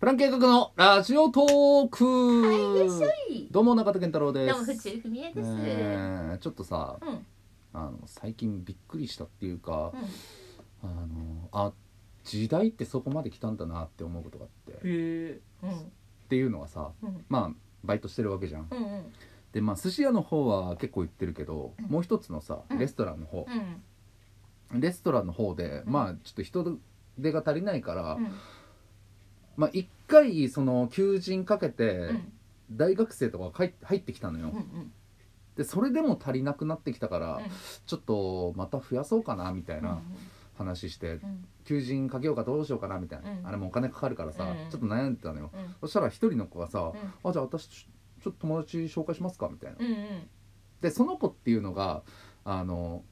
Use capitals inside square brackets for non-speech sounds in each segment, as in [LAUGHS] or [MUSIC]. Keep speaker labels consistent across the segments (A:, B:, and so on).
A: プラン計画のラジオトーク、
B: はい、いらっしゃい。
A: どうも中田健太郎です
B: どうも、ふちふみえです。
A: ねえちょっとさ
B: うん、うん、
A: あの最近びっくりしたっていうか、あのあ時代ってそこまで来たんだなって思うことがあってっ
B: へえ、うん、
A: ていうのはさ
B: うん、
A: まあバイトしてるわけじゃん
B: うん、うん、
A: でまあ寿司屋の方は結構行ってるけど、
B: うん
A: もう一つのさ
B: うん
A: レストランの方、
B: うん、
A: レストランの方で、
B: うん
A: まあちょっと人手が足りないから、
B: うん、
A: まあ一回その求人かけて
B: うん、
A: 大学生とかが帰って入ってきたのよ、
B: うん、
A: でそれでも足りなくなってきたから、
B: うん
A: ちょっとまた増やそうかなみた
B: う
A: い
B: ん、
A: な話して、
B: うん、
A: 求人かけようかどうしようかなみたいな、
B: うん
A: あれもお金かかるからさ、
B: うん
A: ちょっと悩んでたのよ
B: う
A: そ
B: ん、
A: したら一人の子がさ
B: う
A: 「
B: ん
A: あじゃあ私ちょちょっと友達紹介しますか」みたいな、
B: うん、うん、
A: でその子っていうのがあの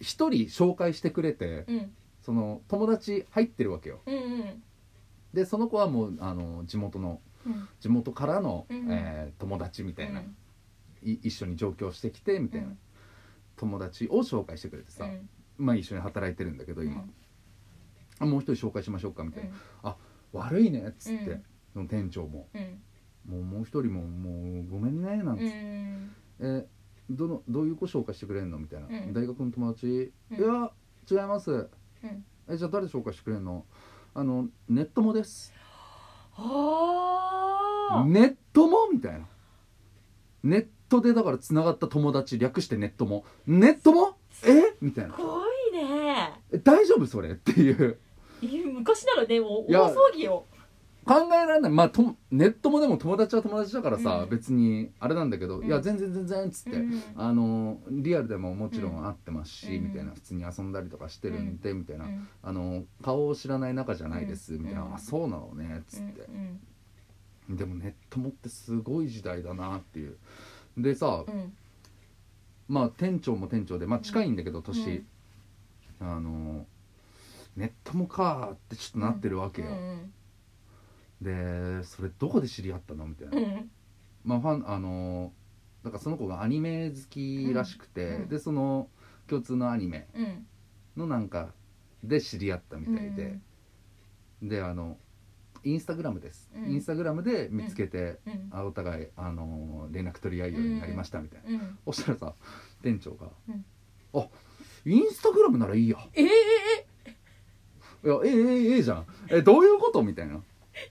A: 一人紹介してくれて
B: うん、
A: その友達入ってるわけよ
B: うん、うん、
A: でその子はもうあの地元の
B: うん、
A: 地元からの、
B: うん
A: えー友達みたいな、
B: うん
A: い一緒に上京してきてみたいな、
B: うん
A: 友達を紹介してくれてさ、
B: うん、
A: まあ一緒に働いてるんだけど今、あもう一人紹介しましょうかみたいな
B: うん、
A: 悪いねっつって、
B: うん
A: その店長も
B: うん、
A: もうもう一人も「もうごめんね」なんつ
B: う
A: って、
B: ん、
A: えどのどういう子紹介してくれんのみたいな、
B: うん
A: 大学の友達、
B: うん
A: いや違います、
B: うん
A: えじゃあ誰紹介してくれんのあのネットもです
B: はあ、
A: ネットもみたいなネットでだからつながった友達略してネットもネットもえみたい
B: す
A: な
B: ごいね。
A: え大丈夫それっていう
B: いや昔ならね、もう
A: いや
B: 大騒ぎよ。
A: 考えられないまあとネットもでも友達は友達だからさ、
B: うん
A: 別にあれなんだけど、
B: うん
A: いや全然全然っつって、
B: うん
A: あのリアルでももちろん会ってますし、
B: うん
A: みたいな普通に遊んだりとかしてるんで、みたいな、
B: うん
A: あの顔を知らない仲じゃないです、
B: うん
A: みたいな、
B: うん
A: あそうなのねっつって、
B: うん、
A: でもネットもってすごい時代だなっていうでさ、
B: うん、
A: まあ店長も店長でまあ近いんだけど
B: う
A: 年、
B: ん
A: あのネットもかーってちょっとなってるわけよ、
B: うん、
A: でそれどこで知り合ったのみたいな
B: う、ん、
A: まあファンあのなんかその子がアニメ好きらしくて、
B: うんうん
A: でその共通のアニメ
B: うん、
A: のなんかで知り合ったみたいで、であのインスタグラムです、
B: うん
A: インスタグラムで見つけて、
B: うん、
A: あお互いあの連絡取り合うようになりましたみたいな、
B: うん。
A: そしたらさ店長が「
B: うん
A: あインスタグラムならいいや」
B: えええ
A: いやええええええじゃんえどういうこと?」みたいな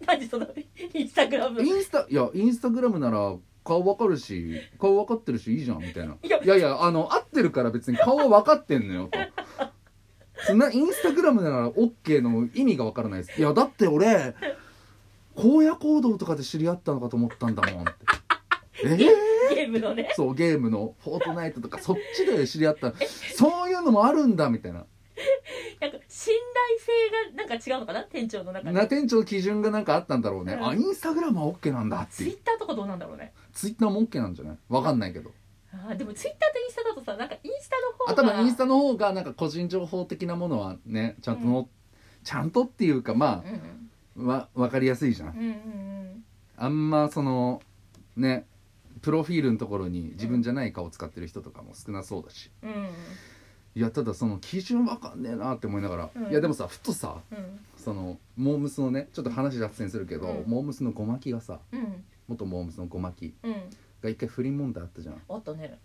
B: え何そのインスタグラム
A: インスタいやインスタグラムなら顔わかるし顔わかってるしいいじゃんみたいない
B: や
A: いやいやあの合ってるから別に顔は分かってんのよとそんなインスタグラムなら OK の意味が分からないですいやだって俺荒野行動とかで知り合ったのかと思ったんだもんってええ
B: ゲームのね
A: そうゲームの「フォートナイト」とかそっちで知り合ったそういうのもあるんだみたいな
B: なんか信頼性がなんか違うのかな店長の中
A: な
B: で
A: 店長の基準がなんかあったんだろうねあインスタグラムは OK なんだっ
B: ツ
A: て
B: イ
A: いう
B: ッターとかどうなんだろうね
A: ツイッターも OK なんじゃない分かんないけど
B: あーでもツイッターとインスタだとさなんかインスタの方が
A: あ多分インスタの方がなんか個人情報的なものはねちゃんとの、ちゃんとっていうかま
B: うん
A: あわ分かりやすいじゃん
B: うんうん
A: あんまそのねプロフィールのところに自分じゃない顔使ってる人とかも少なそうだし
B: うんうん
A: いやただその基準わかんねえなって思いながら、
B: うん
A: いやでもさふとさ
B: うん
A: そのモームスのねちょっと話脱線するけど、
B: うん
A: モームスのゴマキがさ
B: うん
A: 元モームスのゴマキ
B: うん
A: が一回不倫問題あったじゃん
B: あったね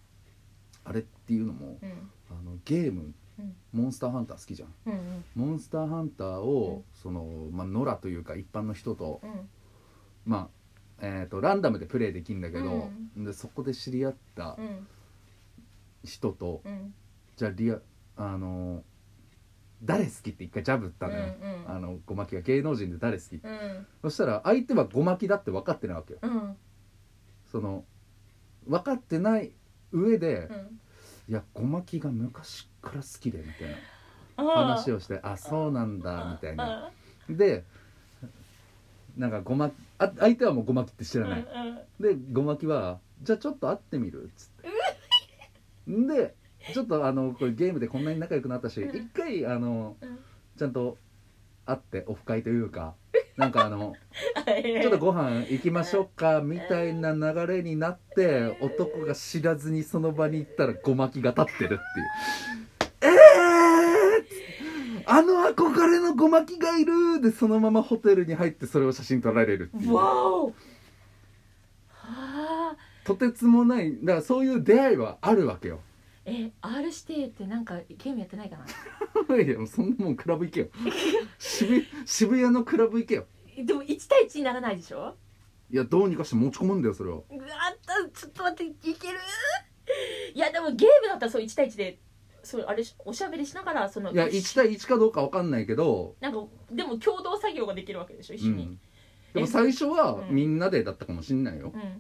A: あれっていうのも
B: うん
A: あのゲーム、
B: うん
A: モンスターハンター好きじゃん
B: うん
A: モンスターハンターを、その、まあ、野良というか一般の人と,、
B: うん
A: まあえー、とランダムでプレイできるんだけど、
B: う
A: でそこで知り合った
B: うん
A: 人と、
B: うん
A: じゃあリアあのー誰好きって一回ジャブ打っ
B: う
A: た
B: ん
A: のよ、
B: うん
A: あのゴマキが芸能人で誰好き、
B: うん
A: そしたら相手はゴマキだって分かってないわけよ
B: うん
A: その分かってない上で
B: う、ん
A: いやゴマキが昔から好きでみたいな
B: あー
A: 話をしてあそうなんだみたいなでなんかごまあ相手はもうごまきって知
B: う
A: ら
B: んう
A: ない、
B: ん
A: でごまきは「じゃあちょっと会ってみる」っつってでちょっとあのこれゲームでこんなに仲良くなったし
B: うん
A: 一回あの
B: うん
A: ちゃんと会ってオフ会というかなんかあの [LAUGHS] ち
B: ち
A: ょっとご飯行きましょうかみたいな流れになって男が知らずにその場に行ったらごまきが立ってるっていう。ええーっつってあの憧れのゴマキがいるでそのままホテルに入ってそれを写真撮られるっていう
B: わおはあ
A: とてつもないだからそういう出会いはあるわけよ
B: え R 指定ってなんかゲームやってないかない
A: やそんなもんクラブ行けよ渋渋谷のクラブ行けよ
B: えでも1対1にならないでしょ
A: いやどうにかして持ち込むんだよそれは
B: うわあったちょっと待っていけるいやでもゲームだったらそう1対1でそうあれしおしゃべりしながらその
A: いや1対1かどうかわかんないけど、
B: なんかでも共同作業ができるわけでしょ一
A: う
B: 緒に
A: ん、でも最初は
B: うん
A: みんなでだったかもしんないよ
B: うん、
A: だか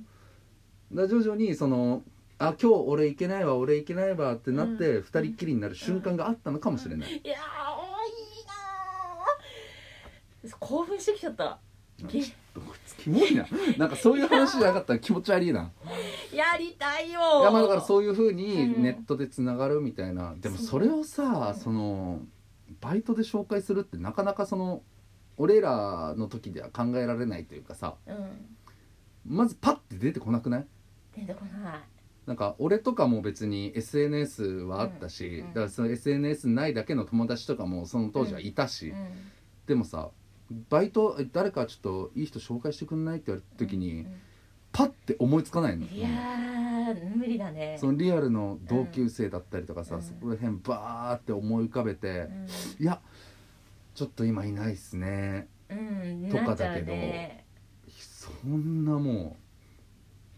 A: ら徐々にそのあ今日俺行けないわ俺行けないわってなって
B: うん
A: 二人っきりになる瞬間があったのかもしれない、
B: いやーおいいなー興奮してきちゃったゲ
A: どこいつキモいななんかそういう話じゃなか
B: [LAUGHS]
A: ったら気持ち悪いな
B: やりたいよ
A: い
B: ー
A: やまあだからそうういうふうに
B: うん
A: ネットでつながるみたいな、でもそれをさ
B: うん
A: そのバイトで紹介するってなかなかその俺らの時では考えられないというかさ
B: うん
A: まずパッて出てこなくない
B: 出てこない
A: なんか俺とかも別に SNS はあったし、
B: うんうん
A: だからその SNS ないだけの友達とかもその当時はいたし、
B: うん
A: でもさバイト誰かちょっといい人紹介してくんないって言われた時に、パッて思いつかないの
B: いやー無理だね
A: そのリアルの同級生だったりとかさ、
B: うん
A: そこら辺バーって思い浮かべて
B: う、ん
A: いやちょっと今いないっすね
B: うん
A: とか
B: なっちゃ
A: だ
B: う
A: けど
B: ね
A: そんなもう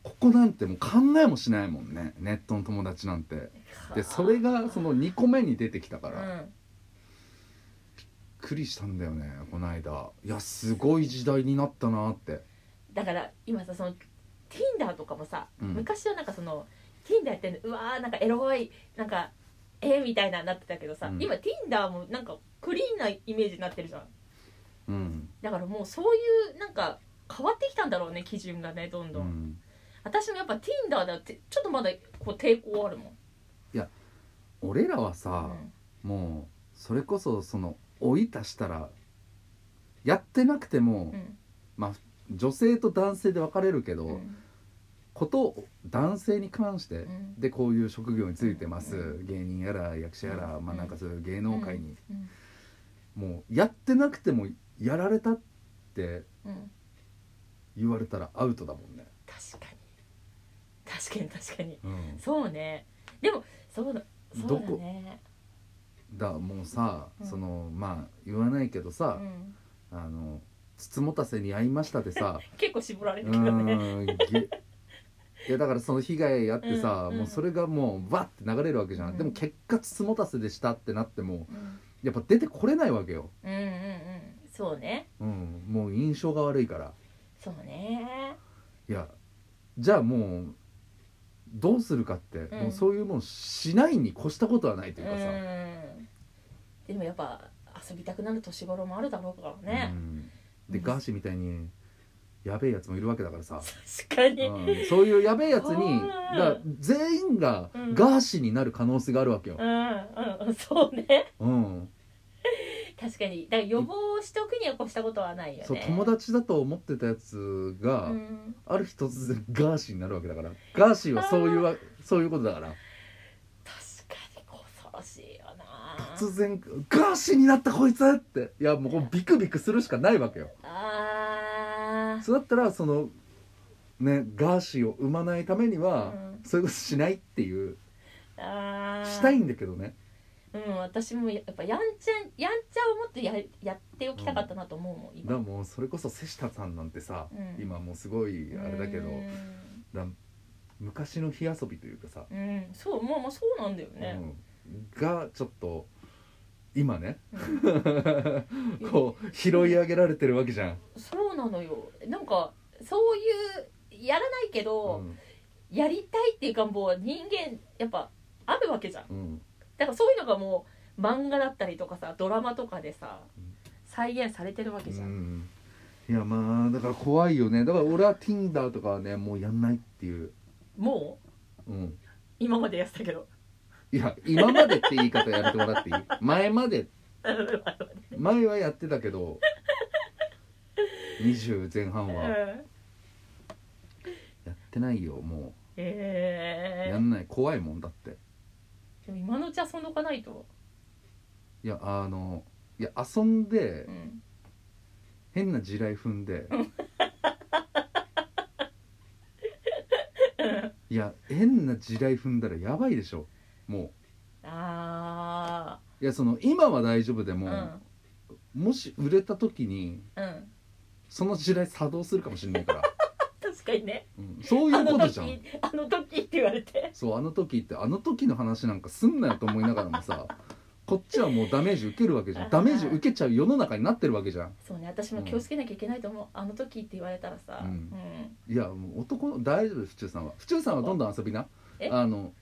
A: ここなんてもう考えもしないもんねネットの友達なんてでそれがその2個目に出てきたから、びっ
B: うん
A: くりしたんだよねこの間いやすごい時代になったなって
B: だから今さその Tinder とかもさ、
A: うん
B: 昔はなんかその Tinder やってるのうわーなんかエロいなんかえー、みたいななってたけどさ、
A: うん
B: 今 Tinder もなんかクリーンなイメージになってるじゃん
A: うん、
B: だからもうそういうなんか変わってきたんだろうね基準がねどん
A: う
B: どん、
A: ん、
B: 私もやっぱ Tinder だってちょっとまだこう抵抗あるもん
A: 俺らはさ、
B: うん
A: もうそれこそその老いたしたらやってなくても、
B: うん
A: 女性と男性で分かれるけど、
B: うん
A: ことを男性に関して、
B: うん
A: でこういう職業についてます、
B: う
A: 芸人やら役者やら、
B: うん
A: まあなんかそういう芸能界に、
B: うん
A: もうやってなくてもやられたって
B: うん
A: 言われたらアウトだもんね、
B: 確かに確かに確かにそうねでもそうだそうだ
A: ど
B: ね
A: こだからもうさ、
B: うん
A: そのまあ言わないけどさ
B: う、ん、
A: あの筒もたせに会いましたで
B: [LAUGHS]
A: さ
B: 結構絞られ
A: う
B: るけどね
A: ーんげいやだからその被害あってさ、
B: うんうん
A: もうそれがもうわって流れるわけじゃん、
B: うん
A: でも結果つもたせでしたってなっても
B: うん
A: やっぱ出てこれないわけよ、
B: うんうんうんそうね
A: うん、もう印象が悪いから
B: そうね
A: いやじゃあもうどうするかって、
B: ん
A: もうそういうもんしないに越したことはないと
B: う
A: いうかさ、
B: んでもやっぱ遊びたくなる年頃もあるだろうから
A: う
B: ね、
A: んで
B: うん
A: ガーシーみたいにやべえやつもいるわけだからさ、
B: 確かに、うん
A: うん、そういうやべえやつに
B: うん
A: だから全員が
B: うん
A: ガーシーになる可能性があるわけよ
B: う、んうん、そうね
A: うん、
B: 確かにだから予防しておくには越したことはないよね
A: そう友達だと思ってたやつが、
B: うん、
A: ある日突然ガーシーになるわけだからガーシーはそういうわそういうことだから
B: 確かに恐ろしいよな
A: 突然ガーシーになったこいつっていやもうこうビクビクするしかないわけよ
B: あー
A: そうだったらそのねガーシーを生まないためには、
B: うん
A: そういうことしないっていう
B: あー
A: したいんだけどね
B: うん私もやっぱやんちゃやんちゃをもっとややっておきたかったなと思うもん
A: だか
B: 今
A: らもうそれこそ瀬下さんなんてさ、
B: うん
A: 今もうすごいあれだけど、
B: うん
A: だ昔の火遊びというかさ、
B: うん、そうまあまあそうなんだよね、
A: うん、がちょっと今
B: [LAUGHS]
A: ね
B: うん
A: こう拾い上げられてるわけじゃん、
B: そうなのよなんかそういうやらないけ
A: う
B: ど、
A: ん
B: やりたいっていう願望は人間やっぱあるわけじゃん
A: うん
B: だからそういうのがもう漫画だったりとかさドラマとかでさ
A: うん
B: 再現されてるわけじゃん、
A: いやまあだから怖いよねだから俺は Tinder とかはねもうやんないっていう、
B: もう
A: うん、
B: 今までやってたけど
A: いや今までって言い方やめても
B: [LAUGHS]
A: らっていい前 [LAUGHS] まで前はやってたけど20前半は
B: うん
A: やってないよもう
B: え
A: や
B: ー、
A: んない怖いもんだって
B: でも今のうち遊んどかないと
A: いやあのいや遊んで
B: うん
A: 変な地雷踏んでいや変な地雷踏んだらやばいでしょも
B: あ
A: ういやその今は大丈夫で
B: ーう
A: も、
B: ん
A: もし売れた時に
B: うん
A: その地雷作動するかもしれないから、
B: 確かにね
A: うんそうい
B: あ
A: うこ
B: の
A: とじゃん
B: 時あの時って言われて
A: そうあの時ってあの時の話なんかすんなよと思いながらもさこっちはもうダメージ受けるわけじゃんダメージ受けちゃう世の中になってるわけじゃん
B: そうね私も気をつけなきゃいけないと思うあの時って言われたらさ
A: う
B: うんん
A: いやもう男の大丈夫府中さんは府中さんはどんどん遊びな
B: え
A: あの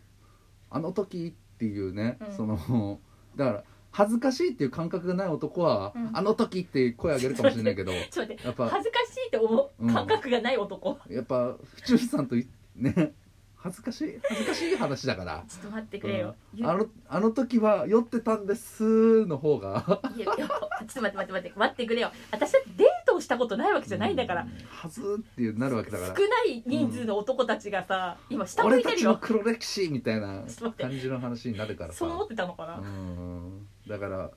A: あの時っていうね、
B: うん
A: そのだから恥ずかしいっていう感覚がない男は、
B: うん
A: あの時って声上げるかもしれない
B: [LAUGHS]
A: けどや
B: ちょっと待って
A: っぱ
B: 恥ずかしいって思
A: うん
B: う感覚がない男、
A: やっぱ府中さんといね恥ずかしい恥ずかしい話だから
B: ちょっと待ってくれよ、
A: うん
B: ゆ
A: あのあの時は酔ってたんですの方が
B: いやいやちょっと待って待って待って待ってくれよ私だってデートをしたことないわけじゃないんだから、
A: うんはずーっていうなるわけだから
B: 少ない人数の男たちがさ、今下向
A: 俺
B: い
A: た
B: てる
A: ちの
B: よ
A: 黒歴史みたい
B: [LAUGHS]
A: な
B: ちょっと待って
A: 感じの話になるからさ
B: そう思ってたのかな、
A: うんだから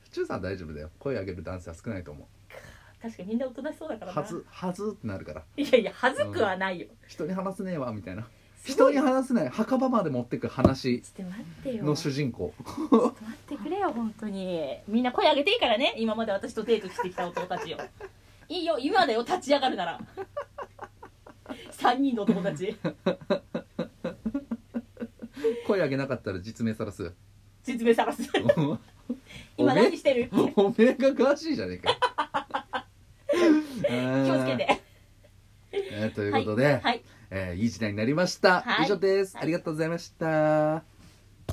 A: 府中さん大丈夫だよ声上げる男性は少ないと思
B: 確かにみんな大人しそうだ
A: う
B: からな
A: はずはずってなるから
B: いやいや恥ずくはないよ、
A: 人に話せねえわみたいな
B: すご
A: 人
B: い
A: に話せない墓場まで持ってく話
B: ちょっと待ってよ
A: の主
B: ちょっ
A: 人公
B: と待ってくれよ本当にみんな声上げていいからね今まで私とデートしてきた男たちよいいよ今だよ立ち上がるなら3人の男たち
A: 声上げなかったら実名さら
B: [LAUGHS]
A: す
B: 実名探す
A: お
B: 今
A: めえ
B: 何してるって
A: おめえが詳しいじゃねえか
B: [LAUGHS] 気をつけて
A: えーということで、
B: はい
A: えーいい時代になりました、
B: はい
A: 以上です、
B: はい
A: ありがとうございました